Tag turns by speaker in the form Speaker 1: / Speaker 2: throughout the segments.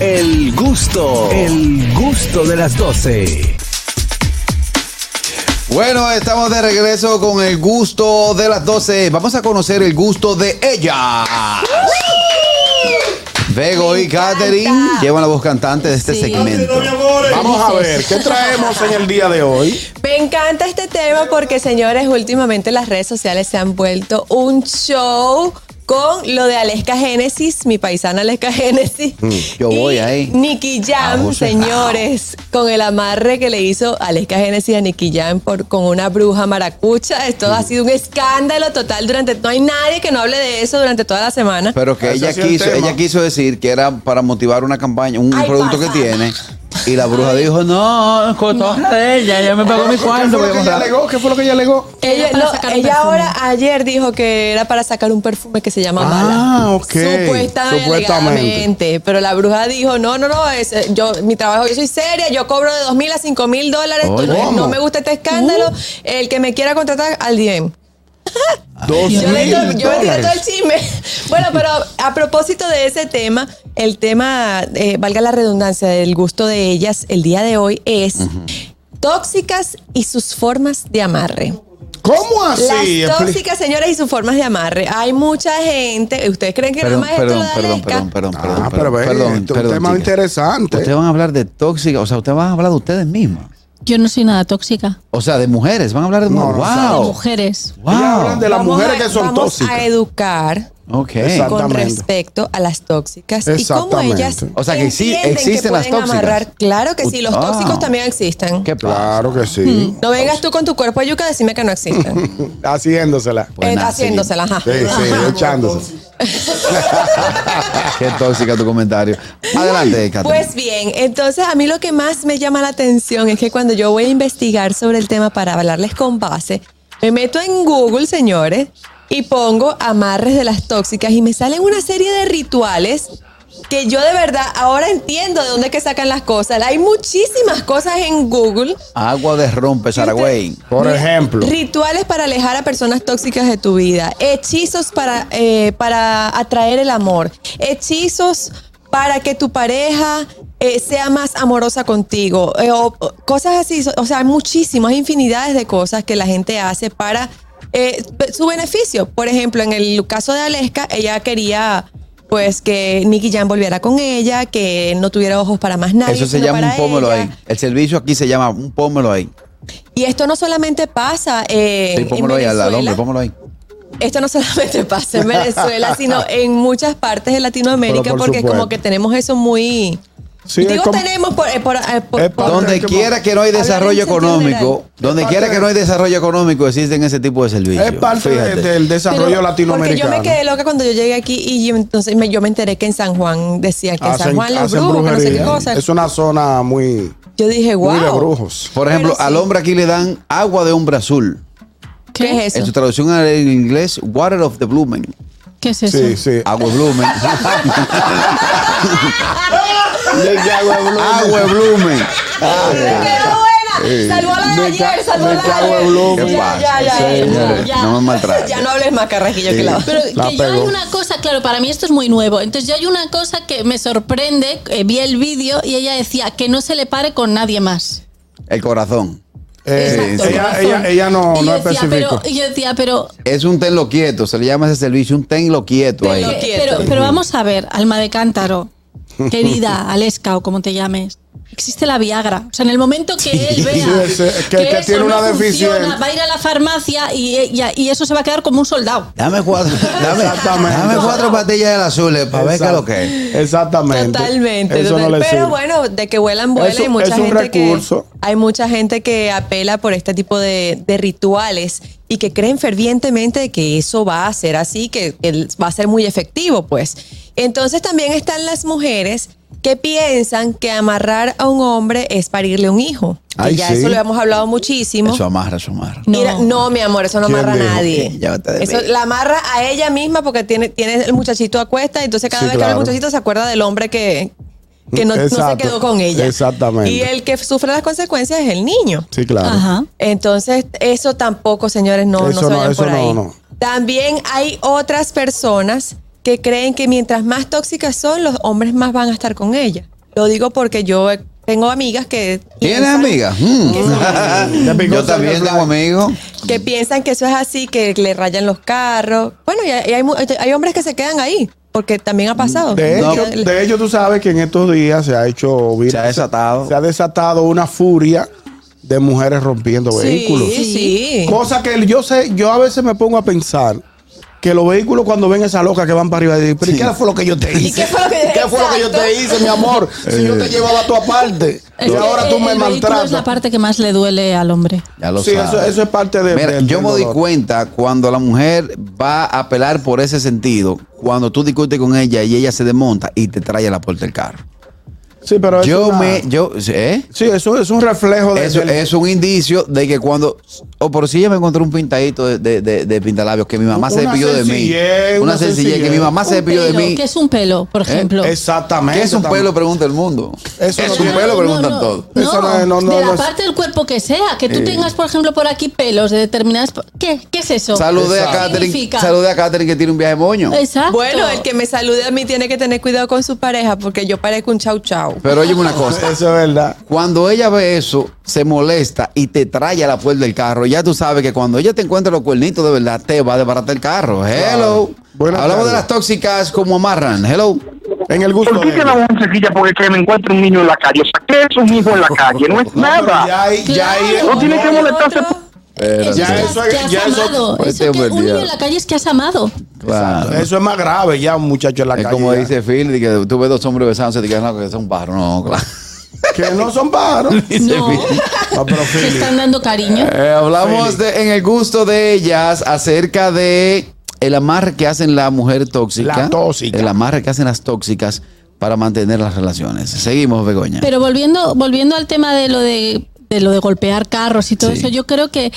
Speaker 1: El gusto, el gusto de las 12.
Speaker 2: Bueno, estamos de regreso con el gusto de las 12. Vamos a conocer el gusto de ella. Vego y Katherine llevan la voz cantante de este segmento.
Speaker 3: Vamos a ver, ¿qué traemos en el día de hoy?
Speaker 4: Me encanta este tema porque, señores, últimamente las redes sociales se han vuelto un show con lo de Aleska Génesis, mi paisana Aleska Génesis.
Speaker 3: Mm,
Speaker 2: yo voy ahí.
Speaker 4: Nicky
Speaker 3: Ah,
Speaker 4: Jam,
Speaker 2: Vamos, eh.
Speaker 4: señores, con el amarre que le hizo Aleska Génesis a Nicky Jam por, con una bruja maracucha. Esto
Speaker 3: Mm.
Speaker 4: ha sido un escándalo total durante. No hay nadie que no hable de eso durante toda la semana.
Speaker 2: Pero que
Speaker 3: Ese
Speaker 2: ella
Speaker 3: ha sido el
Speaker 2: quiso,
Speaker 3: tema.
Speaker 2: ella quiso decir que era para motivar una campaña, un
Speaker 4: Ay,
Speaker 2: producto
Speaker 4: pasa.
Speaker 2: que tiene. Y la bruja dijo, no, cotorra de ella, ella me pagó mi
Speaker 3: ¿Qué
Speaker 2: cuarto.
Speaker 3: fue lo
Speaker 2: voy
Speaker 3: que
Speaker 2: a
Speaker 3: ella
Speaker 2: comprar".
Speaker 3: alegó? ¿Qué fue lo que ella alegó?
Speaker 4: Ella,
Speaker 5: Era para
Speaker 4: no,
Speaker 5: sacar un
Speaker 4: ella
Speaker 5: perfume.
Speaker 4: ahora ayer dijo que era para sacar un perfume que se llama
Speaker 3: Ah,
Speaker 4: Bala.
Speaker 3: ok.
Speaker 4: Supuestamente,
Speaker 3: Supuestamente.
Speaker 4: alegadamente. Pero la bruja dijo, no, no, no, es, eh, yo, mi trabajo, yo soy seria, yo cobro de dos mil a cinco mil dólares,
Speaker 2: Oye.
Speaker 4: no-
Speaker 3: ¿Cómo? Uh.
Speaker 4: no me gusta este escándalo, el que me quiera contratar, al DM.
Speaker 3: Dos
Speaker 4: Yo le yo
Speaker 3: mil
Speaker 4: le tiro todo el
Speaker 3: dólares.
Speaker 4: chisme. Bueno, pero a propósito de ese tema, el tema, eh, valga la redundancia, del gusto de ellas el día de hoy es tóxicas y sus formas de amarre.
Speaker 3: ¿Cómo
Speaker 4: Las
Speaker 3: así? Expli-
Speaker 4: tóxicas, señores, y sus formas de amarre. Hay mucha gente. ¿Ustedes creen que nada
Speaker 2: Perdón,
Speaker 4: más esto lo
Speaker 2: perdón,
Speaker 4: da
Speaker 2: perdón,
Speaker 4: Lesca?
Speaker 2: perdón, perdón, perdón,
Speaker 3: Ah, pero
Speaker 2: perdón,
Speaker 3: ve,
Speaker 2: perdón,
Speaker 3: esto es un
Speaker 2: perdón,
Speaker 3: tema
Speaker 2: chicas.
Speaker 3: interesante.
Speaker 2: Ustedes van a hablar de tóxica, o sea, ustedes van a hablar de ustedes mismas.
Speaker 5: Yo no soy nada tóxica.
Speaker 2: O sea, de mujeres, van a hablar de
Speaker 3: No,
Speaker 2: mujeres.
Speaker 3: no,
Speaker 5: De
Speaker 2: wow.
Speaker 5: mujeres.
Speaker 2: Wow.
Speaker 3: Ellas hablan de las
Speaker 4: Vamos
Speaker 3: mujeres
Speaker 4: a-
Speaker 3: que son
Speaker 4: vamos
Speaker 3: tóxicas.
Speaker 4: a educar
Speaker 2: Ok.
Speaker 3: Exacto.
Speaker 4: con
Speaker 3: Exactamente.
Speaker 4: respecto a las tóxicas y cómo
Speaker 3: Exactamente.
Speaker 4: ellas
Speaker 2: O sea, que sí
Speaker 4: entienden
Speaker 2: existen las
Speaker 4: pueden
Speaker 2: tóxicas.
Speaker 4: amarrar. Claro que sí, los
Speaker 2: Ah.
Speaker 4: tóxicos también existen.
Speaker 2: ¿Qué pasa?
Speaker 3: Claro que sí.
Speaker 4: No vengas tú con tu cuerpo de yuca a decirme que no existen.
Speaker 3: Haciéndosela.
Speaker 2: Pues
Speaker 4: Eh,
Speaker 2: nada,
Speaker 4: haciéndosela, ajá.
Speaker 3: Sí, sí, echándose.
Speaker 2: Qué tóxica tu comentario. Adelante, Katherine.
Speaker 4: Pues bien, entonces a mí lo que más me llama la atención es que cuando yo voy a investigar sobre el tema para hablarles con base, me meto en Google, señores, y pongo amarres de las tóxicas y me salen una serie de rituales que yo de verdad ahora entiendo de dónde es que sacan las cosas. Hay muchísimas cosas en Google.
Speaker 2: Agua de rompe, Saragüey.
Speaker 3: Por
Speaker 4: Mira,
Speaker 3: ejemplo.
Speaker 4: Rituales para alejar a personas tóxicas de tu vida. Hechizos para, eh, para atraer el amor. Hechizos para que tu pareja eh, sea más amorosa contigo. Eh, o, o cosas así. So- O sea, hay muchísimas, hay infinidades de cosas que la gente hace para eh, pe- su beneficio. Por ejemplo, en el caso de Aleska, ella quería pues que Nicky Jam volviera con ella, que no tuviera ojos para más nadie.
Speaker 2: Eso se
Speaker 4: sino
Speaker 2: llama un
Speaker 4: para
Speaker 2: pómelo
Speaker 4: ella.
Speaker 2: ahí. El servicio aquí se llama un pómelo ahí.
Speaker 4: Y esto no solamente pasa eh,
Speaker 2: Sí,
Speaker 4: en
Speaker 2: pómelo ahí al- al
Speaker 4: Venezuela.
Speaker 2: hombre, pómelo ahí.
Speaker 4: Esto no solamente pasa en Venezuela, sino en muchas partes de Latinoamérica,
Speaker 3: Pero por
Speaker 4: porque
Speaker 3: supuesto.
Speaker 4: como que tenemos eso muy...
Speaker 3: Sí, es
Speaker 4: Digo,
Speaker 3: como-
Speaker 4: tenemos por... eh, por, eh, por-
Speaker 3: Es
Speaker 4: por-
Speaker 3: parte
Speaker 2: Donde
Speaker 3: de que-
Speaker 2: quiera que no hay
Speaker 4: Hablar en
Speaker 2: desarrollo
Speaker 4: sentido
Speaker 2: económico,
Speaker 4: general.
Speaker 2: donde
Speaker 3: Es
Speaker 2: quiera
Speaker 3: parte
Speaker 2: que no hay
Speaker 3: de-
Speaker 2: desarrollo económico, existen ese tipo de servicios.
Speaker 3: Es parte de-
Speaker 2: Fíjate.
Speaker 3: del desarrollo
Speaker 4: pero-
Speaker 3: latinoamericano.
Speaker 4: Porque yo me quedé loca cuando yo llegué aquí y yo, entonces me, yo me enteré que en San Juan decían que en San
Speaker 3: Hacen-
Speaker 4: Juan los
Speaker 3: hacen
Speaker 4: brujos, que no sé qué
Speaker 3: brujería.
Speaker 4: cosa.
Speaker 3: Es una zona muy,
Speaker 4: Yo dije, wow.
Speaker 3: muy de brujos.
Speaker 2: Por ejemplo,
Speaker 4: Pero sí.
Speaker 2: al hombre aquí le dan agua de hombre azul.
Speaker 4: ¿Qué es
Speaker 2: En su
Speaker 4: eso?
Speaker 2: traducción al inglés, water of the bloomen.
Speaker 5: ¿Qué es eso?
Speaker 3: Sí,
Speaker 4: Eh.
Speaker 3: sí.
Speaker 4: Ah,
Speaker 2: Agua de bloomen.
Speaker 3: Ah,
Speaker 2: agua de bloomen.
Speaker 4: ¡Me quedó buena! Salvó la de
Speaker 3: Me ca-
Speaker 4: ayer, salvó
Speaker 3: me
Speaker 4: la de
Speaker 3: cago en
Speaker 4: ayer.
Speaker 3: Blue.
Speaker 2: ¿Qué
Speaker 4: Ya,
Speaker 2: pasa?
Speaker 4: ya, ya, ya,
Speaker 2: Señores,
Speaker 5: ya.
Speaker 2: No me maltraten.
Speaker 4: Ya no hables más carrajillo que la
Speaker 5: Pero
Speaker 3: La
Speaker 5: que yo hay
Speaker 3: pegó.
Speaker 5: una cosa, claro, para mí esto es muy nuevo. Entonces yo hay una cosa que me sorprende, eh, vi el vídeo y ella decía que no se le pare con nadie más.
Speaker 2: El corazón.
Speaker 3: Eh,
Speaker 5: Exacto,
Speaker 3: ella,
Speaker 5: corazón.
Speaker 3: ella, ella no,
Speaker 5: Y
Speaker 3: no
Speaker 5: yo decía,
Speaker 3: especificó.
Speaker 5: pero, y yo decía, pero,
Speaker 2: Es un tenlo quieto, se le llama ese servicio, un tenlo quieto
Speaker 5: pero,
Speaker 2: ahí.
Speaker 4: quieto.
Speaker 5: eh, pero- pero vamos a ver, alma de cántaro, querida, Aleska o como te llames. Existe la Viagra. O sea, en el momento que él vea
Speaker 3: Sí, sí, que- que
Speaker 5: eso
Speaker 3: tiene una
Speaker 5: no
Speaker 3: deficiencia.
Speaker 5: funciona, va a ir a la farmacia y, y- y eso se va a quedar como un soldado.
Speaker 2: Dame cuatro, dame,
Speaker 3: Exactamente.
Speaker 2: dame cuatro pastillas del azul eh, para ver qué es lo
Speaker 3: Exacto.
Speaker 2: que es.
Speaker 3: Exactamente.
Speaker 4: Totalmente.
Speaker 3: Eso
Speaker 4: total-
Speaker 3: no le
Speaker 4: pero
Speaker 3: sirve.
Speaker 4: bueno, de que vuelan, vuelan.
Speaker 3: Es un-
Speaker 4: hay mucha
Speaker 3: es un
Speaker 4: gente
Speaker 3: recurso.
Speaker 4: que hay mucha gente que apela por este tipo de, de rituales y que creen fervientemente de que eso va a ser así, que, que va a ser muy efectivo, pues. Entonces también están las mujeres que piensan que amarrar a un hombre es parirle un hijo. Que
Speaker 3: Ay,
Speaker 4: ya
Speaker 3: sí.
Speaker 4: eso lo hemos hablado muchísimo.
Speaker 2: Eso amarra, eso amarra.
Speaker 5: No.
Speaker 4: Mira, no, mi amor, eso no
Speaker 3: ¿Quién
Speaker 4: amarra a
Speaker 3: dijo?
Speaker 4: nadie.
Speaker 2: Llévate de
Speaker 4: Eso
Speaker 2: mí.
Speaker 4: la amarra a ella misma porque tiene, tiene el muchachito a cuesta, entonces cada
Speaker 3: Sí,
Speaker 4: vez que habla el
Speaker 3: claro.
Speaker 4: muchachito se acuerda del hombre que, que no, no se
Speaker 3: Exacto,
Speaker 4: quedó con ella.
Speaker 3: exactamente.
Speaker 4: Y el que sufre las consecuencias es el niño.
Speaker 3: Sí, claro.
Speaker 5: Ajá.
Speaker 4: Entonces, eso tampoco, señores, no, no
Speaker 3: Eso
Speaker 4: se
Speaker 3: no,
Speaker 4: vayan
Speaker 3: eso
Speaker 4: por
Speaker 3: no,
Speaker 4: ahí.
Speaker 3: no.
Speaker 4: También hay otras personas que creen que mientras más tóxicas son, los hombres más van a estar con ellas. Lo digo porque yo he- tengo amigas que...
Speaker 2: ¿Tienes
Speaker 4: piensan-
Speaker 2: amigas? Mm.
Speaker 3: Ya picó
Speaker 2: Yo también
Speaker 3: Sandra
Speaker 2: tengo amigos.
Speaker 4: Que piensan que eso es así, que le rayan los carros. Bueno, y hay, y hay mu- hay hombres que se quedan ahí, porque también ha pasado.
Speaker 3: De
Speaker 4: No.
Speaker 3: hecho, de hecho, tú sabes que en estos días se ha hecho viral.
Speaker 2: Se ha desatado.
Speaker 3: Se ha desatado una furia de mujeres rompiendo vehículos.
Speaker 4: Sí, sí.
Speaker 3: Cosa que yo sé, yo a veces me pongo a pensar que los vehículos cuando ven esa loca que van para arriba, dicen, pero ¿y ¿qué fue lo que yo te hice?
Speaker 4: qué fue lo que-
Speaker 3: fue lo que yo te hice, mi amor? Si yo te llevaba a tu aparte
Speaker 5: Es
Speaker 3: y
Speaker 5: que
Speaker 3: ahora tú
Speaker 5: el
Speaker 3: me
Speaker 5: vehículo Es la
Speaker 3: maltratas.
Speaker 5: parte que más le duele al hombre.
Speaker 2: Ya lo
Speaker 3: Sí,
Speaker 2: sabes.
Speaker 3: eso, eso es parte de.
Speaker 2: Mira,
Speaker 3: del-
Speaker 2: yo
Speaker 3: del
Speaker 2: me doy
Speaker 3: dolor.
Speaker 2: cuenta cuando la mujer va a apelar por ese sentido, cuando tú discutes con ella y ella se desmonta y te trae a la puerta del carro.
Speaker 3: Sí, pero es
Speaker 2: Yo
Speaker 3: una-
Speaker 2: me, yo, ¿eh?
Speaker 3: Sí, eso es un reflejo de.
Speaker 2: Eso
Speaker 3: del-
Speaker 2: es un indicio de que cuando, o por si ella me encontró un pintadito de, de, de- de pintalabios que mi mamá se
Speaker 3: Una
Speaker 2: despilló de mí.
Speaker 3: sencillez,
Speaker 2: Una
Speaker 3: una
Speaker 2: sencillez que mi
Speaker 3: sencillez.
Speaker 2: mamá se
Speaker 5: Un
Speaker 2: despilló de
Speaker 5: pelo,
Speaker 2: mí.
Speaker 5: ¿Qué es un pelo,
Speaker 3: ¿Eh?
Speaker 5: por ejemplo?
Speaker 3: Exactamente.
Speaker 2: ¿Qué es un pelo? Pregunta el mundo.
Speaker 3: Eso
Speaker 2: es
Speaker 3: no
Speaker 2: un
Speaker 3: tiene-
Speaker 2: pelo,
Speaker 5: No,
Speaker 2: preguntan
Speaker 5: no,
Speaker 2: todos.
Speaker 5: no,
Speaker 3: Eso no es- no, no,
Speaker 5: de la
Speaker 3: no es- Eh.
Speaker 5: parte del cuerpo que sea, que tú tengas, por ejemplo, por aquí pelos de determinadas. ¿Qué? ¿Qué es eso?
Speaker 2: Saludé a
Speaker 5: ¿Qué
Speaker 2: Catherine,
Speaker 5: significa?
Speaker 2: saludé a Catherine que tiene un viaje moño.
Speaker 5: Exacto.
Speaker 4: Bueno, el que me salude a mí tiene que tener cuidado con su pareja, porque yo parezco un chau chau.
Speaker 2: Pero óyeme una cosa.
Speaker 3: Eso es verdad.
Speaker 2: Cuando ella ve eso, se molesta y te trae a la puerta del carro. Ya tú sabes que cuando ella te encuentra los cuernitos de verdad, te va a desbaratar el carro. Hello.
Speaker 3: Buenas
Speaker 2: Hablamos
Speaker 3: tardes.
Speaker 2: de las tóxicas como amarran. Hello.
Speaker 3: En el gusto.
Speaker 6: ¿Por qué
Speaker 3: de-
Speaker 6: que no
Speaker 3: No,
Speaker 6: van sequilla porque que me encuentre un niño en la calle? O sea, ¿qué es un hijo en la calle? No es
Speaker 3: pero
Speaker 6: nada.
Speaker 3: Ya hay. Ya hay-
Speaker 6: No tiene que molestarse.
Speaker 4: Otro.
Speaker 5: Eso
Speaker 3: Ya
Speaker 5: que has-
Speaker 3: eso
Speaker 5: que
Speaker 3: es-
Speaker 5: has
Speaker 3: ya eso-
Speaker 5: amado.
Speaker 2: Pues te
Speaker 5: Eso que un
Speaker 2: ofendieron.
Speaker 5: niño en la calle es que has amado.
Speaker 2: Claro.
Speaker 3: Eso es más grave ya, un muchacho en la
Speaker 2: Es
Speaker 3: calle.
Speaker 2: como
Speaker 3: ya.
Speaker 2: dice Phil, de que tú ves dos hombres besándose y te quedas no, que es un pájaro. No, claro.
Speaker 3: Que no son pájaros.
Speaker 5: No.
Speaker 3: Ah, pero
Speaker 5: Se
Speaker 3: Philly.
Speaker 5: están dando cariño.
Speaker 2: Eh, hablamos de- en el gusto de ellas acerca de el amarre que hacen la mujer tóxica.
Speaker 3: La tóxica.
Speaker 2: El amarre que hacen las tóxicas para mantener las relaciones. Seguimos, Begoña.
Speaker 5: Pero volviendo, volviendo al tema de lo de, de lo de golpear carros y todo
Speaker 2: Sí.
Speaker 5: eso, yo creo que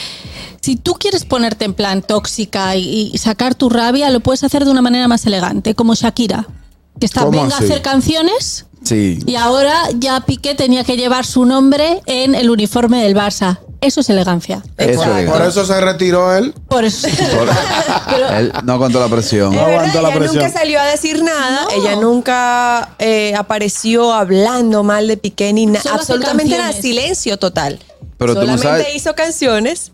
Speaker 5: si tú quieres ponerte en plan tóxica y, y sacar tu rabia, lo puedes hacer de una manera más elegante, como Shakira, que está
Speaker 3: ¿Cómo
Speaker 5: venga
Speaker 3: así?
Speaker 5: a hacer canciones
Speaker 2: sí.
Speaker 5: y ahora ya Piqué tenía que llevar su nombre en el uniforme del Barça. Eso es elegancia.
Speaker 2: Eso
Speaker 4: Exacto.
Speaker 2: es.
Speaker 3: Por eso se retiró él.
Speaker 5: Por eso.
Speaker 2: Por-
Speaker 5: Pero-
Speaker 2: Él no aguantó la presión.
Speaker 4: Es
Speaker 3: No
Speaker 4: verdad,
Speaker 3: aguantó la
Speaker 4: ella nunca
Speaker 3: presión.
Speaker 4: salió a decir nada,
Speaker 5: No.
Speaker 4: ella nunca eh, apareció hablando mal de Piqué ni nada,
Speaker 5: Solo hace
Speaker 4: absolutamente nada,
Speaker 5: canciones.
Speaker 4: silencio total.
Speaker 2: Pero tú no
Speaker 4: Solamente
Speaker 2: sabes-
Speaker 4: hizo canciones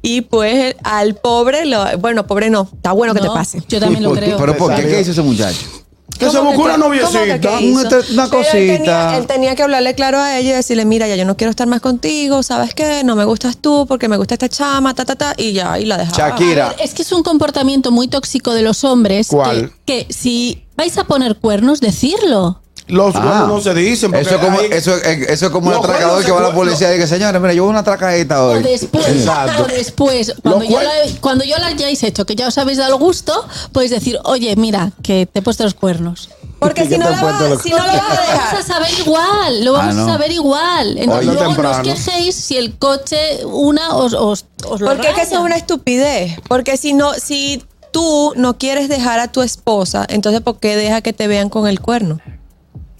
Speaker 4: y pues al pobre, lo- bueno, pobre no, está bueno que te
Speaker 5: No,
Speaker 4: pase.
Speaker 5: Yo también lo
Speaker 2: ¿Por qué?
Speaker 5: creo.
Speaker 2: ¿Pero por qué?
Speaker 3: Salió.
Speaker 2: ¿Qué hizo ese muchacho?
Speaker 3: Que se
Speaker 4: ¿Cómo
Speaker 3: buscó
Speaker 4: que
Speaker 3: una
Speaker 4: qué- cómo
Speaker 3: noviecita.
Speaker 4: que qué
Speaker 2: una
Speaker 4: hizo?
Speaker 2: te- una
Speaker 4: Pero él tenía-
Speaker 2: cosita.
Speaker 4: Él tenía, que hablarle claro a ella y decirle, mira, ya yo no quiero estar más contigo, ¿sabes qué? No me gustas tú porque me gusta esta chama, ta, ta, ta, y ya, y la dejaba.
Speaker 2: Shakira.
Speaker 5: A ver, es que es un comportamiento muy tóxico de los hombres. que-
Speaker 3: ¿Cuál?
Speaker 5: Que, si vais a poner cuernos, decirlo.
Speaker 3: Los
Speaker 2: Ah.
Speaker 3: cuernos no se dicen. porque
Speaker 2: Eso es como,
Speaker 3: hay-
Speaker 2: eso, es- eh, eso es como un
Speaker 3: Los
Speaker 2: atracador
Speaker 3: cuernos
Speaker 2: que va a la
Speaker 3: se-
Speaker 2: policía y dice, señores, mira, yo voy a una atracadeta
Speaker 5: O
Speaker 2: hoy.
Speaker 5: después.
Speaker 3: Exacto.
Speaker 5: O después. Cuando,
Speaker 3: Lo
Speaker 5: ya
Speaker 3: cual-
Speaker 5: lo, cuando ya lo hayáis hecho, que ya os habéis dado el gusto, podéis decir, oye, mira, que te he puesto los cuernos.
Speaker 4: Porque si
Speaker 3: Yo
Speaker 4: no,
Speaker 3: te
Speaker 4: la
Speaker 3: cuento
Speaker 4: va-
Speaker 3: lo que-
Speaker 4: si no lo
Speaker 5: Lo
Speaker 4: vas a dejar.
Speaker 5: vamos a saber igual, lo vamos
Speaker 2: Ah, no.
Speaker 5: a saber igual. Entonces,
Speaker 3: Hoy
Speaker 5: luego
Speaker 3: temprano.
Speaker 5: no os quejéis si el coche, una, os, os, os lo
Speaker 4: Porque es que eso es
Speaker 5: raya.
Speaker 4: una estupidez. Porque si no, si tú no quieres dejar a tu esposa, entonces ¿por qué deja que te vean con el cuerno?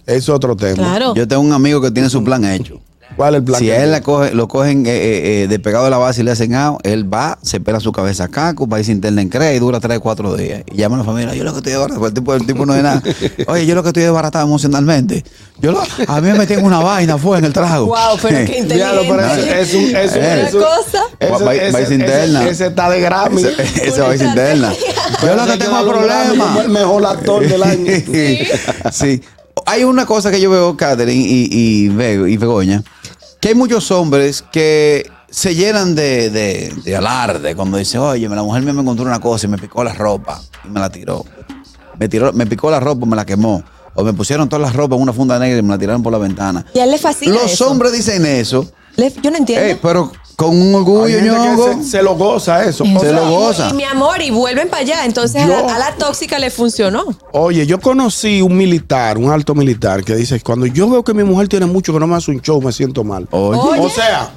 Speaker 3: Es otro tema.
Speaker 5: Claro.
Speaker 2: Yo tengo un amigo que tiene su plan hecho.
Speaker 3: ¿Cuál es el plan?
Speaker 2: Si
Speaker 3: que
Speaker 2: a él
Speaker 3: tiene?
Speaker 2: la coge, lo cogen eh, eh, eh, de pegado de la base y le hacen out, él va, se pela su cabeza a caco, va y se interna en CREA y dura 3, 4 días. Y llama a la familia, yo lo que estoy desbaratado, el tipo, el tipo no es nada. Oye, yo lo que estoy desbaratado emocionalmente. Yo lo- a mí me meten una vaina, fue en el trago.
Speaker 4: Guau, pero qué
Speaker 2: Eh,
Speaker 3: Diablo, pero
Speaker 4: inteligente.
Speaker 3: es un. Es un.
Speaker 2: Eh.
Speaker 3: es un-
Speaker 4: Una cosa.
Speaker 3: ese-
Speaker 2: Va- va- va y se
Speaker 3: ese-
Speaker 2: interna.
Speaker 3: Ese ese está de Grammy.
Speaker 2: ese- Esa vaina interna. Yo lo que tengo es
Speaker 3: Fue El
Speaker 2: problema.
Speaker 3: mejor actor del año.
Speaker 2: Sí. Hay una cosa que yo veo, Catherine y, y, Bego- y Begoña, que hay muchos hombres que se llenan de, de- de alarde cuando dicen, oye, la mujer mía me encontró una cosa y me picó la ropa y me la tiró. Me, tiró, me picó la ropa y me la quemó. O me pusieron todas las ropas en una funda negra y me la tiraron por la ventana.
Speaker 4: Y a él le fascina.
Speaker 2: Los
Speaker 4: eso.
Speaker 2: hombres dicen eso,
Speaker 4: Le- yo no entiendo.
Speaker 3: pues,
Speaker 2: eh, pero con un orgullo,
Speaker 3: Hay gente que
Speaker 2: ñongo.
Speaker 3: se, se lo goza eso.
Speaker 5: Se
Speaker 3: O sea,
Speaker 2: lo
Speaker 4: Y-
Speaker 2: goza.
Speaker 4: Y, mi amor, y vuelven para allá. Entonces a
Speaker 3: Yo- Pues,
Speaker 4: la, a la tóxica le funcionó.
Speaker 3: Oye, yo conocí un militar, un alto militar, que dice, cuando yo veo que mi mujer tiene mucho que no me hace un show, me siento mal.
Speaker 2: Oye.
Speaker 4: Oye.
Speaker 3: O sea,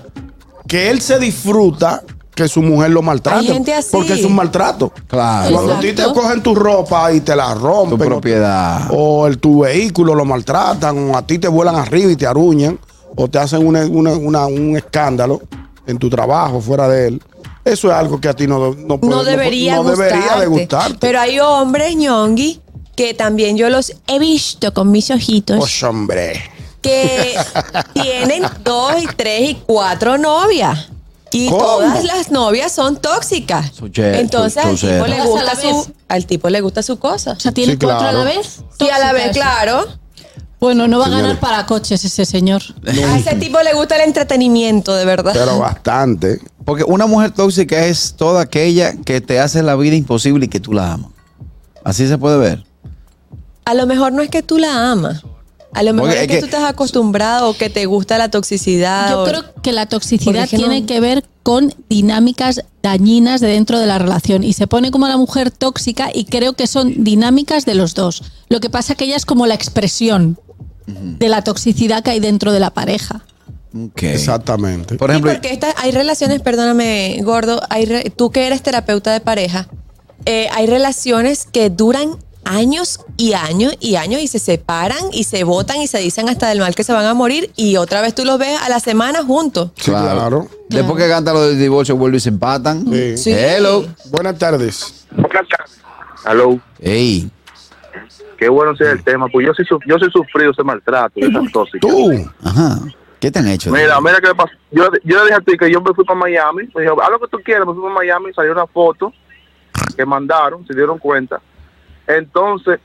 Speaker 3: que él se disfruta que su mujer lo maltrate.
Speaker 4: Hay gente así.
Speaker 3: Porque es un maltrato.
Speaker 2: Claro.
Speaker 3: Cuando a ti te
Speaker 5: Exacto.
Speaker 3: cogen tu ropa y te la rompen.
Speaker 2: Tu propiedad.
Speaker 3: O el, tu vehículo lo maltratan, o a ti te vuelan arriba y te aruñan, o te hacen una- una- una- un escándalo en tu trabajo, fuera de él. Eso es algo que a ti no, no, puede-
Speaker 4: No
Speaker 3: no-
Speaker 4: debería,
Speaker 3: no debería
Speaker 4: gustarte.
Speaker 3: de gustarte.
Speaker 4: Pero hay hombres, ñongui, que también yo los he visto con mis ojitos,
Speaker 3: Pues hombre.
Speaker 4: que tienen dos y tres y cuatro novias. Y
Speaker 3: ¿Cómo?
Speaker 4: todas las novias son tóxicas.
Speaker 2: Suche-
Speaker 4: Entonces al
Speaker 2: chuchera.
Speaker 4: tipo, le
Speaker 5: Todas a
Speaker 4: gusta
Speaker 5: la
Speaker 4: su,
Speaker 5: vez.
Speaker 4: al tipo le gusta su cosa.
Speaker 5: O sea, tiene
Speaker 3: Sí,
Speaker 5: cuatro a la
Speaker 3: claro.
Speaker 5: vez.
Speaker 4: Y a la
Speaker 5: Tóxicas.
Speaker 4: vez, claro,
Speaker 5: Bueno, no va a ganar
Speaker 3: Señores.
Speaker 5: para coches ese señor.
Speaker 4: a ese tipo le gusta el entretenimiento, de verdad.
Speaker 3: Pero bastante.
Speaker 2: Porque una mujer tóxica es toda aquella que te hace la vida imposible y que tú la amas. Así se puede ver.
Speaker 4: A lo mejor no es que tú la amas. A lo mejor
Speaker 2: Porque
Speaker 4: es
Speaker 2: es
Speaker 4: que,
Speaker 2: que-
Speaker 4: tú estás acostumbrado o que te gusta la toxicidad.
Speaker 5: Yo
Speaker 4: o-
Speaker 5: creo que la toxicidad
Speaker 4: Porque que
Speaker 5: tiene
Speaker 4: no-
Speaker 5: que ver con dinámicas dañinas de dentro de la relación y se pone como la mujer tóxica y creo que son dinámicas de los dos. Lo que pasa que ella es como la expresión de la toxicidad que hay dentro de la pareja.
Speaker 2: Ok.
Speaker 3: Exactamente.
Speaker 2: Por
Speaker 4: Sí,
Speaker 2: ejemplo,
Speaker 4: porque esta- hay relaciones, perdóname, gordo, hay re- tú que eres terapeuta de pareja, eh, hay relaciones que duran años y años y años y se separan y se votan y se dicen hasta del mal que se van a morir y otra vez tú los ves a la semana juntos.
Speaker 3: Sí, claro.
Speaker 2: Después que canta lo del divorcio, vuelven y se empatan.
Speaker 3: Sí.
Speaker 4: Sí.
Speaker 2: Hello.
Speaker 3: Buenas tardes.
Speaker 6: Buenas tardes. Aló.
Speaker 2: Ey.
Speaker 6: Qué bueno sea el tema. Pues yo sí, su- yo sí he sufrido ese maltrato y esas tóxicas.
Speaker 3: Tú.
Speaker 2: Uh, Ajá. ¿Qué te han hecho?
Speaker 6: Mira, mira qué le pasó. Yo, yo le dije a ti que yo me fui para Miami. Me dijo, haz lo que tú quieras. Me fui para Miami. Salió una foto que mandaron, se dieron cuenta. Entonces,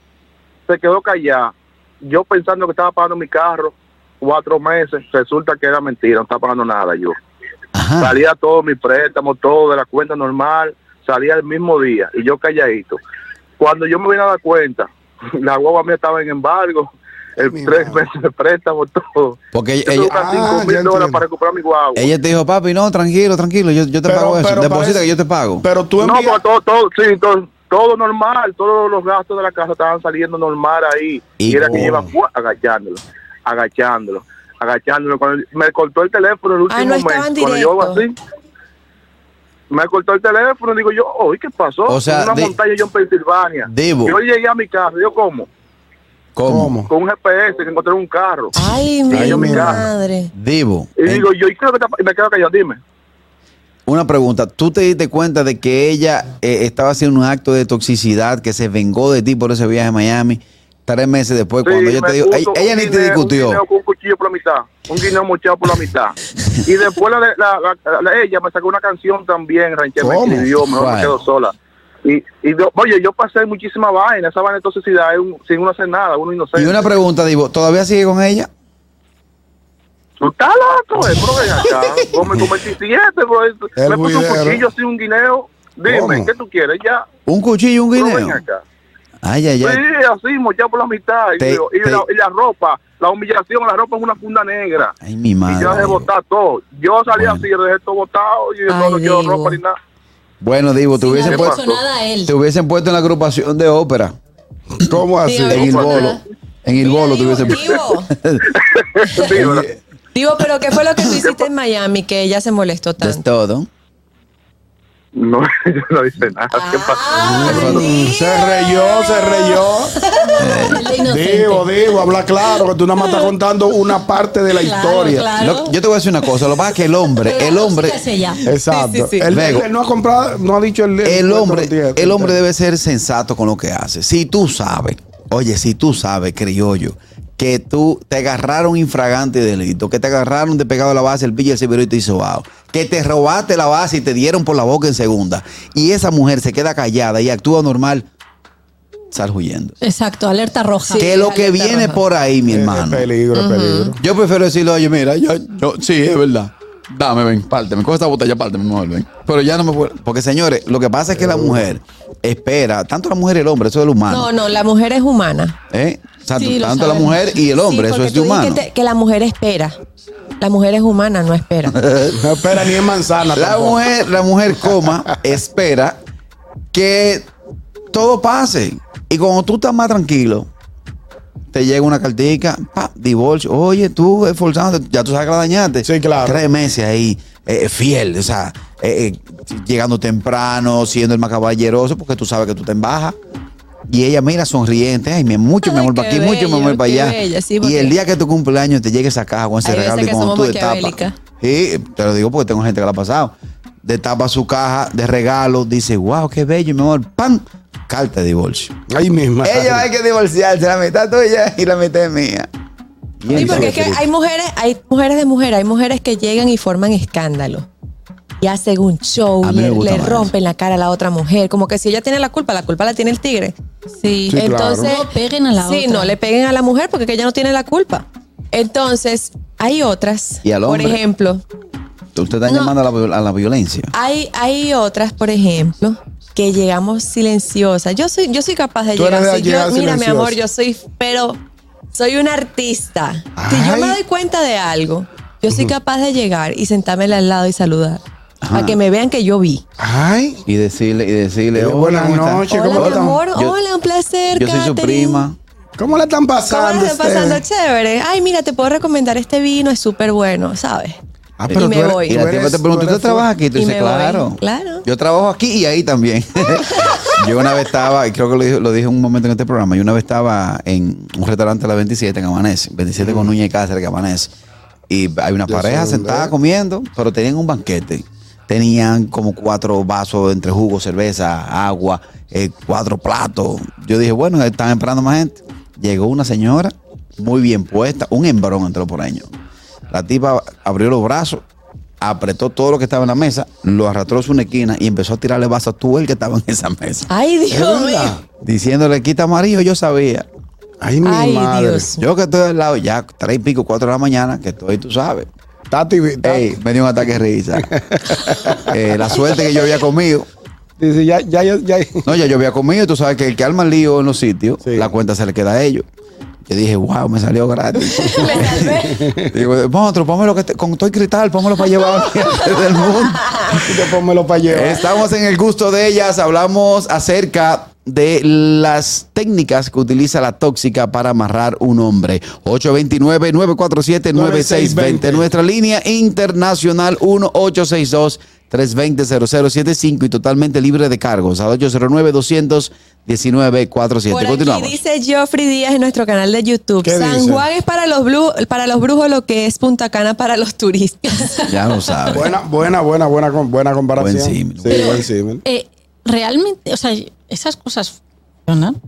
Speaker 6: se quedó callada. Yo pensando que estaba pagando mi carro cuatro meses. Resulta que era mentira. No estaba pagando nada yo.
Speaker 3: Ah.
Speaker 2: Ajá.
Speaker 6: Salía todo mi préstamo, todo de la cuenta normal, salía el mismo día y yo calladito. Cuando yo me vine a dar cuenta, la guagua mía estaba en embargo, el
Speaker 3: Mi
Speaker 6: tres
Speaker 3: madre.
Speaker 6: meses de préstamo, todo.
Speaker 2: Porque
Speaker 6: Yo
Speaker 2: ella,
Speaker 6: tuve casi
Speaker 3: Ah, ya
Speaker 6: cinco mil dólares
Speaker 3: entiendo.
Speaker 6: para recuperar mi guagua.
Speaker 2: ella te dijo, papi, no, tranquilo, tranquilo, yo, yo te
Speaker 3: Pero-
Speaker 2: pago eso.
Speaker 3: pero
Speaker 2: Deposita
Speaker 3: parece-
Speaker 2: que yo te pago.
Speaker 3: Pero tú
Speaker 6: no,
Speaker 3: envías-
Speaker 6: pero todo, todo, sí, todo, todo normal, todos los gastos de la casa estaban saliendo normal ahí. Y,
Speaker 2: Y
Speaker 6: era que
Speaker 2: no.
Speaker 6: lleva ¡fua! agachándolo, agachándolo, agachándolo. Cuando me cortó el teléfono el
Speaker 4: Ah,
Speaker 6: último
Speaker 4: no estaban
Speaker 6: mes, cuando yo hago así,
Speaker 4: directo.
Speaker 6: me cortó el teléfono, digo yo, oh, ¿y qué pasó?
Speaker 2: O sea,
Speaker 6: en una
Speaker 2: de-
Speaker 6: montaña yo en Pensilvania.
Speaker 2: Divo.
Speaker 6: Yo llegué a mi casa, yo como,
Speaker 2: ¿Cómo?
Speaker 3: ¿Cómo?
Speaker 6: con un GPS que encontré en un carro.
Speaker 4: Ay, mi
Speaker 3: yo me encargo.
Speaker 4: madre.
Speaker 2: Divo.
Speaker 6: Y
Speaker 2: eh,
Speaker 6: digo yo, ¿y qué es lo que está pa-?" Y me quedo callado, dime.
Speaker 2: Una pregunta, ¿tú te diste cuenta de que ella eh, estaba haciendo un acto de toxicidad, que se vengó de ti por ese viaje a Miami tres meses después,
Speaker 6: Sí,
Speaker 2: cuando ella
Speaker 6: me
Speaker 2: te dijo,
Speaker 6: puso
Speaker 2: ella, ella
Speaker 6: un
Speaker 2: ni te
Speaker 6: guineo- Un
Speaker 2: discutió?
Speaker 6: guineo con un cuchillo por la mitad, un guineo mochado por la mitad. y después la, la- la- la- ella me sacó una canción también, Ranchero, me
Speaker 3: ¿Cómo?
Speaker 6: escribió, mejor
Speaker 2: ¿Cuál?
Speaker 6: me quedo sola. Y, y yo- oye, yo pasé muchísima vaina, esa vaina de toxicidad, es un- sin uno hacer nada, uno inocente.
Speaker 2: Y una pregunta, Divo, ¿todavía sigue con ella?
Speaker 6: Tú estás loco, eh, bro, ven acá. Yo me cometí siete, bro.
Speaker 3: El
Speaker 6: me puse un
Speaker 3: juidero.
Speaker 6: cuchillo así, un guineo. Dime,
Speaker 3: ¿Cómo?
Speaker 6: ¿qué tú quieres? Ya,
Speaker 2: ¿Un cuchillo y un
Speaker 6: bro, ven
Speaker 2: guineo?
Speaker 6: acá.
Speaker 2: Ay, ay, ay.
Speaker 6: Sí, así, mochado por la mitad. Y,
Speaker 2: Te-
Speaker 6: digo, y
Speaker 2: te-
Speaker 6: la, y la ropa, la humillación, la ropa es una funda negra.
Speaker 2: Ay, mi
Speaker 6: Y
Speaker 2: madre.
Speaker 6: yo dejé
Speaker 2: Divo.
Speaker 6: botar todo. Yo salí
Speaker 2: Bueno.
Speaker 6: así, yo dejé todo botado y yo
Speaker 4: Ay,
Speaker 6: no quiero
Speaker 4: Diego.
Speaker 6: ropa ni nada.
Speaker 2: Bueno, Divo, te
Speaker 5: Sin
Speaker 2: hubiesen,
Speaker 5: haber
Speaker 2: puesto,
Speaker 5: hecho nada a él.
Speaker 2: te hubiesen puesto en la agrupación de ópera,
Speaker 3: ¿Cómo así?
Speaker 4: Digo,
Speaker 2: en el
Speaker 4: Opa.
Speaker 2: bolo. En el
Speaker 4: Mira,
Speaker 2: bolo te
Speaker 4: Divo,
Speaker 2: hubiesen puesto.
Speaker 4: Divo. Digo, pero ¿qué fue lo que tú hiciste en Miami que ella se molestó
Speaker 2: Es
Speaker 4: tanto?
Speaker 2: todo.
Speaker 6: No, yo no hice nada. ¿Qué pasa?
Speaker 4: Ah,
Speaker 3: Se reyó, se reyó.
Speaker 5: El inocente.
Speaker 3: Digo, digo, habla claro, que tú nada más estás contando una parte de la
Speaker 5: Claro,
Speaker 3: historia.
Speaker 5: claro.
Speaker 2: Lo- yo te voy a decir una cosa, lo que pasa es que el hombre, el hombre,
Speaker 5: Es ella.
Speaker 3: Exacto.
Speaker 4: Sí, sí, sí.
Speaker 3: Él,
Speaker 2: Luego.
Speaker 3: él no ha comprado, no ha dicho el,
Speaker 2: el hombre,
Speaker 3: cuento que
Speaker 2: el hombre
Speaker 3: tiene.
Speaker 2: debe ser sensato con lo que hace. Si tú sabes, oye, si tú sabes, criollo, que tú te agarraron infragante de delito, que te agarraron de pegado a la base, el pillo, el cibero y te hizo bajo, que te robaste la base y te dieron por la boca en segunda, y esa mujer se queda callada y actúa normal, sal huyendo.
Speaker 5: Exacto, alerta roja.
Speaker 4: Sí.
Speaker 2: que lo que
Speaker 4: alerta
Speaker 2: viene
Speaker 4: roja.
Speaker 2: por ahí, mi
Speaker 3: Es
Speaker 2: hermano.
Speaker 3: Peligro, peligro.
Speaker 2: Yo prefiero decirle, oye, mira, yo, yo- sí, es verdad. Dame, ven, párteme. Coge esta botella, párteme, mujer, ven. Pero ya no me puedo. Porque, señores, lo que pasa es que la mujer espera, tanto la mujer y el hombre, eso es el humano.
Speaker 4: No, no, la mujer es humana.
Speaker 2: ¿eh? O sea,
Speaker 5: Sí, lo
Speaker 2: tanto la
Speaker 5: sabemos.
Speaker 2: mujer y el hombre,
Speaker 4: Sí,
Speaker 2: eso
Speaker 4: porque
Speaker 2: es de
Speaker 4: tú dijiste
Speaker 2: humano.
Speaker 4: Que, la mujer espera. La mujer es humana, no espera.
Speaker 3: No espera ni en manzana.
Speaker 2: La
Speaker 3: tampoco.
Speaker 2: mujer, la mujer coma, espera que todo pase. Y cuando tú estás más tranquilo, te llega una cartica, pa, divorcio. Oye, tú esforzándote, ya tú sabes que la dañaste.
Speaker 3: Sí, claro.
Speaker 2: Tres meses ahí, eh, fiel, o sea, eh, eh, llegando temprano, siendo el más caballeroso, porque tú sabes que tú te embajas. Y ella mira sonriente, ay, mi- mucho mi
Speaker 4: Ay,
Speaker 2: amor para
Speaker 4: qué
Speaker 2: aquí, mucho mi amor
Speaker 4: bello,
Speaker 2: para
Speaker 4: qué
Speaker 2: allá.
Speaker 4: bella, sí,
Speaker 2: y
Speaker 4: porque-
Speaker 2: el día que tu cumpleaños te llegue esa caja con ese
Speaker 4: Hay veces
Speaker 2: regalo y
Speaker 4: que
Speaker 2: cuando tú
Speaker 4: somos
Speaker 2: destapas.
Speaker 4: maquiavélicas.
Speaker 2: Sí, te lo digo porque tengo gente que la ha pasado. destapa su caja de regalos, dice, wow, qué bello, mi amor, ¡pam! Carta de divorcio.
Speaker 3: Ahí misma.
Speaker 2: Ella hay que divorciarse, la mitad tuya y la mitad es mía.
Speaker 4: Sí, porque es que hay mujeres, hay mujeres de mujer, hay mujeres que llegan y forman escándalo. Y hacen un show,
Speaker 2: A mí me
Speaker 4: le,
Speaker 2: gusta
Speaker 4: le
Speaker 2: más
Speaker 4: rompen la cara a la otra mujer. Como que si ella tiene la culpa, la culpa la tiene el tigre.
Speaker 5: Sí.
Speaker 3: Sí, claro.
Speaker 4: Entonces,
Speaker 5: No peguen a la
Speaker 4: sí,
Speaker 5: otra.
Speaker 4: no le peguen a la mujer porque que ella no tiene la culpa. Entonces, hay otras,
Speaker 2: Y al
Speaker 4: por
Speaker 2: hombre.
Speaker 4: ejemplo,
Speaker 2: Usted está
Speaker 4: No.
Speaker 2: llamando a la, viol- a la violencia.
Speaker 4: hay, hay otras, por ejemplo, que llegamos silenciosas. Yo soy, yo soy capaz de
Speaker 3: Tú
Speaker 4: llegar,
Speaker 3: eres de
Speaker 4: así. Yo-
Speaker 3: llegar
Speaker 4: mira, mi
Speaker 3: silenciosa.
Speaker 4: amor, yo soy, pero soy un artista. Si yo me
Speaker 3: Ay.
Speaker 4: doy cuenta de algo, yo soy capaz de llegar y sentarme al lado y saludar.
Speaker 2: Ajá.
Speaker 4: A que me vean que yo vi.
Speaker 3: Ay.
Speaker 2: Y decirle, y decirle,
Speaker 3: Eh,
Speaker 2: "Hola,
Speaker 3: buenas
Speaker 2: ¿cómo estás?
Speaker 3: noches, Che, ¿cómo
Speaker 4: hola, mi
Speaker 3: están?
Speaker 4: amor.
Speaker 2: Yo-
Speaker 4: hola, un placer.
Speaker 2: Yo soy su
Speaker 4: Katherine.
Speaker 2: prima.
Speaker 3: ¿Cómo la están
Speaker 4: ¿Cómo
Speaker 3: pasando?
Speaker 4: la está
Speaker 3: ustedes?
Speaker 4: pasando? Chévere. Ay, mira, te puedo recomendar este vino, es súper bueno, ¿sabes?
Speaker 3: Ah,
Speaker 4: Y me voy.
Speaker 2: Y la tipa te pregunta, ¿usted trabaja aquí? Y tú
Speaker 4: Y
Speaker 2: dices,
Speaker 4: me voy,
Speaker 2: claro.
Speaker 4: claro.
Speaker 2: Yo trabajo aquí y ahí también. yo una vez estaba, y creo que lo dije, lo dije en un momento en este programa, yo una vez estaba en un restaurante a la 27 en Amanece, 27 con Núñez y Cáceres que Amanece. Y hay una
Speaker 3: Mm. Ya
Speaker 2: pareja
Speaker 3: sé dónde
Speaker 2: sentada
Speaker 3: es.
Speaker 2: comiendo, pero tenían un banquete. Tenían como cuatro vasos entre jugo, cerveza, agua, eh, cuatro platos. Yo dije, bueno, están esperando más gente. Llegó una señora muy bien puesta, un hembrón entre los poreños. La tipa abrió los brazos, apretó todo lo que estaba en la mesa, lo arrastró a su esquina y empezó a tirarle vasos a todo el que estaba en esa mesa.
Speaker 4: Ay, Dios mío.
Speaker 2: Diciéndole, quita amarillo, yo sabía.
Speaker 3: Ay, mi
Speaker 4: Ay,
Speaker 3: madre.
Speaker 4: Dios.
Speaker 2: Yo que estoy al lado ya, tres y pico, cuatro de la mañana, que estoy, tú sabes.
Speaker 3: Tati, Tati.
Speaker 2: Ey, me dio un ataque de risa. Eh, la suerte que yo había comido.
Speaker 3: Dice, ya, ya, ya, ya.
Speaker 2: No, ya yo había comido, tú sabes que el que arma el lío en los sitios,
Speaker 3: Sí.
Speaker 2: la cuenta se le queda a ellos. Yo dije, wow, me salió gratis.
Speaker 4: Me salvé.
Speaker 2: Digo, monstruo, pónmelo que te- con todo el cristal, pónmelo para llevar del mundo.
Speaker 3: Y te pónmelo para llevar.
Speaker 2: Estamos en el gusto de ellas. Hablamos acerca de las técnicas que utiliza la tóxica para amarrar un hombre. 829-947-9620. Nuestra línea internacional 1862 320-0075 y totalmente libre de cargos al 809-219-47.
Speaker 4: Por aquí
Speaker 2: Continuamos.
Speaker 4: dice Geoffrey Díaz en nuestro canal de YouTube.
Speaker 3: ¿Qué
Speaker 4: San
Speaker 3: dice?
Speaker 4: Juan es para los, blu- para los brujos lo que es Punta Cana para los turistas.
Speaker 2: Ya lo sabes.
Speaker 3: Buena, buena, buena, buena, com- buena comparación.
Speaker 2: Buen símil.
Speaker 3: Sí, buen símil.
Speaker 5: Eh, realmente, o sea, esas cosas funcionan.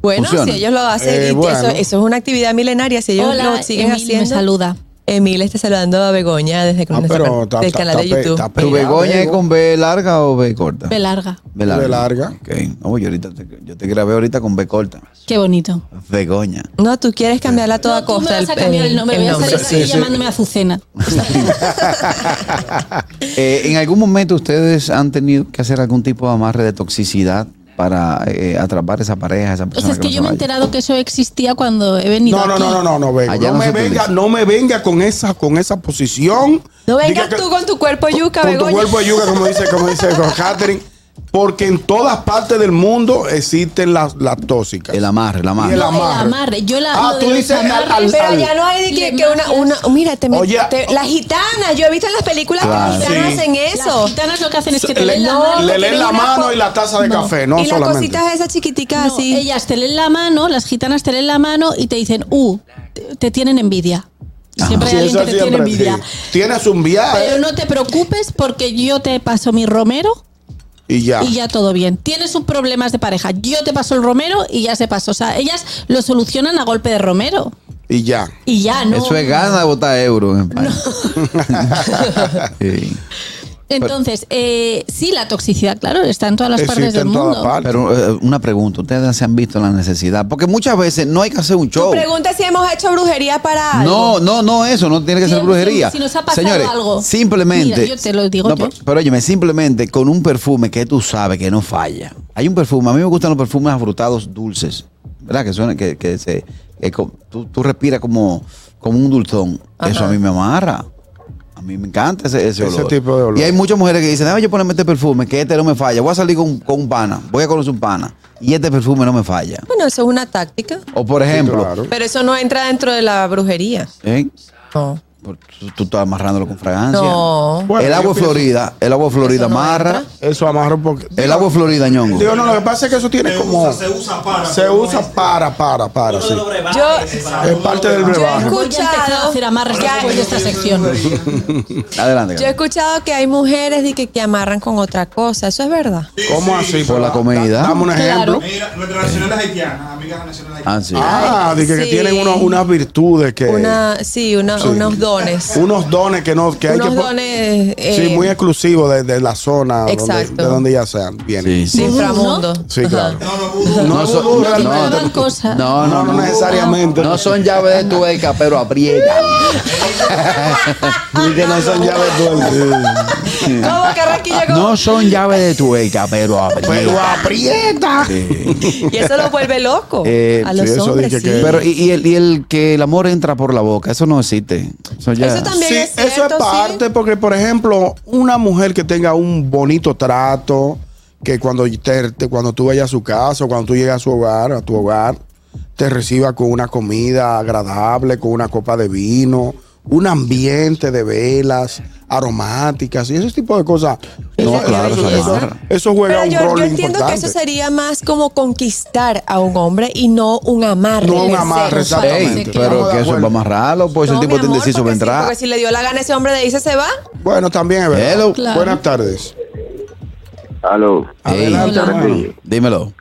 Speaker 4: Bueno,
Speaker 2: Funciona.
Speaker 4: si ellos lo hacen, y
Speaker 3: Eh,
Speaker 4: que
Speaker 3: bueno.
Speaker 4: eso, eso es una actividad milenaria. Si ellos
Speaker 5: Hola,
Speaker 4: lo siguen
Speaker 5: Emil me
Speaker 4: haciendo.
Speaker 5: saluda.
Speaker 4: Emil está saludando a Begoña desde
Speaker 3: Ah,
Speaker 4: nuestro
Speaker 3: pero
Speaker 4: can-
Speaker 3: está-
Speaker 4: del
Speaker 3: está-
Speaker 4: canal
Speaker 3: está
Speaker 4: de
Speaker 3: pe-
Speaker 4: YouTube.
Speaker 3: está pe-
Speaker 2: ¿Tu Begoña es
Speaker 3: Bego.
Speaker 2: con B larga o B corta?
Speaker 5: Ve larga.
Speaker 2: B
Speaker 3: B larga.
Speaker 2: Ok. No, yo ahorita te, yo te grabé ahorita con B corta.
Speaker 5: Qué bonito.
Speaker 2: Begoña.
Speaker 4: No, tú quieres cambiarla a toda
Speaker 5: No, tú
Speaker 4: costa.
Speaker 5: me vas a cambiar el nombre.
Speaker 4: el
Speaker 5: Voy a
Speaker 4: nombre.
Speaker 5: salir
Speaker 3: Sí,
Speaker 5: aquí
Speaker 3: sí.
Speaker 5: llamándome Azucena.
Speaker 2: Eh, ¿En algún momento ustedes han tenido que hacer algún tipo de amarre de toxicidad para eh, atrapar esa pareja, esa
Speaker 5: O
Speaker 3: Pues
Speaker 2: persona?
Speaker 5: sea, es que
Speaker 2: no
Speaker 5: yo me
Speaker 2: se
Speaker 5: he
Speaker 2: vaya?
Speaker 5: enterado que eso existía cuando he venido
Speaker 3: No, no,
Speaker 5: aquí.
Speaker 3: no, no, no, no, venga.
Speaker 2: Allá
Speaker 3: No,
Speaker 2: no
Speaker 3: me
Speaker 2: se
Speaker 3: venga,
Speaker 2: utiliza.
Speaker 3: no me venga con esa, con esa posición.
Speaker 4: No
Speaker 3: Diga
Speaker 4: vengas
Speaker 3: que-
Speaker 4: tú con tu cuerpo yuca,
Speaker 3: con tu
Speaker 4: Begoña.
Speaker 3: cuerpo de yuca, como dice, como dice Catherine. Porque en todas partes del mundo existen las, las tóxicas.
Speaker 2: El amarre, el amarre.
Speaker 3: el
Speaker 5: No,
Speaker 3: amarre.
Speaker 5: Yo la,
Speaker 3: Ah,
Speaker 5: lo de
Speaker 3: tú
Speaker 5: los
Speaker 3: dices al-
Speaker 5: amarres-
Speaker 3: al-
Speaker 4: Pero
Speaker 3: al-
Speaker 4: ya no hay de que, que una, una. Mira, te,
Speaker 3: Oye,
Speaker 4: te- las gitanas. Yo he visto en las películas
Speaker 2: Claro.
Speaker 4: que las gitanas
Speaker 3: Sí.
Speaker 4: hacen
Speaker 5: Las
Speaker 4: eso.
Speaker 5: gitanas lo que hacen es que te
Speaker 3: le
Speaker 5: leen la mano.
Speaker 3: le
Speaker 4: que
Speaker 3: leen
Speaker 4: tiene
Speaker 3: la
Speaker 4: una
Speaker 3: mano
Speaker 4: co-
Speaker 3: y la taza de
Speaker 5: No.
Speaker 3: café, no
Speaker 4: y las
Speaker 3: solamente.
Speaker 4: cositas esas chiquiticas
Speaker 5: No,
Speaker 4: así.
Speaker 5: Ellas te leen la mano, las gitanas te leen la mano y te dicen, uh, te, te tienen envidia. Y Siempre
Speaker 3: Ah, Sí,
Speaker 5: hay alguien
Speaker 3: eso
Speaker 5: que te tiene
Speaker 3: siempre,
Speaker 5: envidia.
Speaker 3: sí. Tienes un viaje
Speaker 5: Pero no te preocupes porque yo te paso mi romero
Speaker 3: y ya.
Speaker 5: y ya todo bien. Tienes un problemas de pareja, yo te paso el romero y ya se pasó. O sea, ellas lo solucionan a golpe de romero.
Speaker 3: Y ya.
Speaker 5: Y ya, ¿no?
Speaker 2: Eso es gana de botar euros en España. Sí.
Speaker 5: Entonces, eh, sí, la toxicidad, claro, está en todas las
Speaker 3: Existe
Speaker 5: partes del
Speaker 3: en todas
Speaker 5: mundo.
Speaker 3: partes.
Speaker 2: Pero eh, una pregunta, ¿ustedes se han visto la necesidad? Porque muchas veces no hay que hacer un
Speaker 4: Tú
Speaker 2: show.
Speaker 4: pregunta si hemos hecho brujería para
Speaker 2: No,
Speaker 4: algo.
Speaker 2: no, no, eso no tiene que
Speaker 5: Sí,
Speaker 2: ser
Speaker 5: sí,
Speaker 2: brujería.
Speaker 5: si nos ha pasado
Speaker 2: Señores,
Speaker 5: algo.
Speaker 2: simplemente.
Speaker 5: Mira, yo te lo digo
Speaker 2: No,
Speaker 5: yo.
Speaker 2: pero, pero óyeme, simplemente con un perfume que tú sabes que no falla. Hay un perfume, a mí me gustan los perfumes afrutados dulces, ¿verdad? Que suena, que, que se. que co- tú, tú respiras como, como un dulzón. Eso a mí me amarra. A mí me encanta ese, ese
Speaker 3: Ese
Speaker 2: olor.
Speaker 3: tipo de olor.
Speaker 2: Y hay muchas mujeres que dicen, déjame yo ponerme este perfume, que este no me falla. Voy a salir con, con un pana, voy a conocer un pana. Y este perfume no me falla.
Speaker 4: Bueno, eso es una táctica.
Speaker 2: O por ejemplo,
Speaker 3: claro.
Speaker 4: Pero eso no entra dentro de la brujería.
Speaker 2: ¿eh?
Speaker 4: No.
Speaker 2: Por- Tú, tú estás amarrándolo con fragancia.
Speaker 4: No.
Speaker 3: Bueno,
Speaker 2: el
Speaker 3: yo
Speaker 2: agua de
Speaker 3: pienso-
Speaker 2: Florida, el agua de Florida
Speaker 4: Eso no
Speaker 2: amarra.
Speaker 4: entra.
Speaker 3: Eso amarro porque.
Speaker 2: El agua de Florida, ñongo.
Speaker 3: Digo, no, lo que pasa es que eso tiene como.
Speaker 7: usa- se usa para.
Speaker 3: Se usa para, para, para, sí. Es parte del
Speaker 4: Ah, Yo he
Speaker 3: brebaje.
Speaker 5: Voy a empezar a
Speaker 4: escuchado
Speaker 5: hacer amarres
Speaker 4: que hay-
Speaker 5: después de esta sección.
Speaker 2: Adelante.
Speaker 4: yo he escuchado que hay mujeres de que, que amarran con otra cosa. Eso es verdad.
Speaker 3: ¿Cómo así?
Speaker 2: Por la
Speaker 3: Da-
Speaker 2: comida.
Speaker 3: Dame un
Speaker 5: Claro.
Speaker 3: ejemplo.
Speaker 7: Mira, nuestras nacionales haitianas, amigas nacionales
Speaker 2: Ah,
Speaker 7: haitianas.
Speaker 2: sí.
Speaker 3: Ah, de que, que
Speaker 4: Sí.
Speaker 3: tienen unos- unas virtudes que.
Speaker 4: Una, sí, una- unos dones.
Speaker 3: unos dones que no. Que hay
Speaker 4: Unos
Speaker 3: que po-
Speaker 4: dones, eh,
Speaker 3: sí, muy exclusivos de, de la zona donde-
Speaker 4: Exacto.
Speaker 3: de donde ya sean. Vienen.
Speaker 2: Sí,
Speaker 4: de
Speaker 2: sí.
Speaker 4: inframundo.
Speaker 3: Sí, claro.
Speaker 7: No, no, vudú.
Speaker 3: No,
Speaker 2: son-
Speaker 3: vudú,
Speaker 5: Que
Speaker 3: realmente.
Speaker 5: prueban cosas.
Speaker 2: No, no,
Speaker 3: No, no
Speaker 2: no.
Speaker 3: necesariamente.
Speaker 2: No son llaves de tuerca, pero aprietan.
Speaker 3: Y que no son llaves dueñas.
Speaker 4: ¿Cómo, Carraquillo? ¿Cómo?
Speaker 2: No son llaves de tuerca, pero
Speaker 3: Pero
Speaker 2: aprietan.
Speaker 3: Pues aprieta.
Speaker 4: Y eso lo vuelve loco
Speaker 2: Eh,
Speaker 4: a los
Speaker 3: sí, eso
Speaker 4: hombres.
Speaker 3: dije
Speaker 4: sí.
Speaker 3: que-
Speaker 2: Pero, y, y el, y el que el amor entra por la boca, eso no existe. Eso ya.
Speaker 4: Eso también
Speaker 3: Sí,
Speaker 4: es cierto,
Speaker 3: eso es parte
Speaker 4: sí.
Speaker 3: porque, por ejemplo, una mujer que tenga un bonito trato, que cuando, te- te- cuando tú vayas a su casa, o cuando tú llegas a su hogar, a tu hogar, te reciba con una comida agradable, con una copa de vino, un ambiente de velas aromáticas y ese tipo de cosas.
Speaker 2: No, claro,
Speaker 3: eso,
Speaker 2: se
Speaker 3: eso-
Speaker 2: amarra.
Speaker 3: eso juega
Speaker 4: Pero
Speaker 3: un
Speaker 4: yo,
Speaker 3: rol
Speaker 4: yo entiendo
Speaker 3: importante.
Speaker 4: que eso sería más como conquistar a un hombre y no un amarre.
Speaker 3: No un
Speaker 4: per se.
Speaker 3: amarre,
Speaker 5: Exacto.
Speaker 2: Ey,
Speaker 3: exactamente.
Speaker 2: pero que eso va a amarrarlo, pues
Speaker 4: No,
Speaker 2: el tipo
Speaker 4: mi
Speaker 2: está
Speaker 4: amor,
Speaker 2: indeciso
Speaker 4: porque
Speaker 2: para
Speaker 4: si-
Speaker 2: entrar.
Speaker 4: porque si le dio la gana ese hombre de irse, se va.
Speaker 3: Bueno, también es verdad.
Speaker 2: Hello.
Speaker 5: Claro.
Speaker 3: Buenas tardes.
Speaker 8: Aló,
Speaker 2: Ey,
Speaker 3: Adelante,
Speaker 5: Hola.
Speaker 3: hermano.
Speaker 2: dímelo.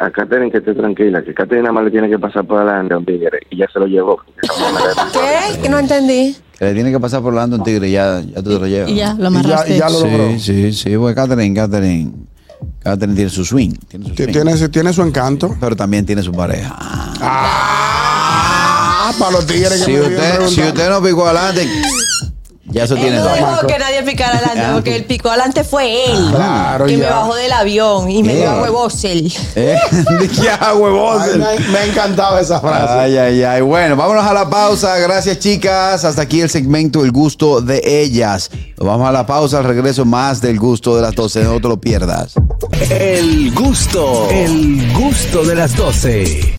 Speaker 8: a Katherine que esté tranquila, que Katherine nada más le tiene que pasar por adelante a un tigre y ya se lo llevó.
Speaker 4: ¿Qué? Que no entendí.
Speaker 2: Que le tiene que pasar por delante un tigre y ya, ya tú te lo llevas.
Speaker 5: Y ya,
Speaker 3: Y
Speaker 5: lo
Speaker 3: ya-
Speaker 5: amarraste.
Speaker 3: y ya lo logró.
Speaker 2: Sí, sí, sí, porque Catherine, Catherine, Catherine tiene su swing. Tiene su
Speaker 3: Ti-
Speaker 2: swing.
Speaker 3: Tiene, su- tiene su encanto.
Speaker 2: pero también tiene su pareja.
Speaker 3: Ah, para los tigres que
Speaker 2: Si
Speaker 3: me vienen
Speaker 2: usted, si
Speaker 3: preguntando.
Speaker 2: usted no picó adelante, ya
Speaker 5: Eh,
Speaker 2: eso
Speaker 4: Él
Speaker 2: tiene
Speaker 4: no
Speaker 2: dos.
Speaker 4: dejó
Speaker 3: Marco. Ah.
Speaker 4: que nadie picara adelante, porque el picó adelante fue él.
Speaker 3: Claro,
Speaker 4: que me
Speaker 3: ya.
Speaker 4: bajó del avión y me dio
Speaker 2: Claro.
Speaker 4: a huevos él.
Speaker 2: ¿Eh? ya, huevón.
Speaker 3: Ay, me- me encantaba esa frase.
Speaker 2: Ay, ay, ay. Bueno, vámonos a la pausa. Gracias, chicas. Hasta aquí el segmento El gusto de ellas. Nos Vamos a la pausa. Al regreso, más del gusto de las 12. No te lo pierdas.
Speaker 1: El gusto, el gusto de las 12.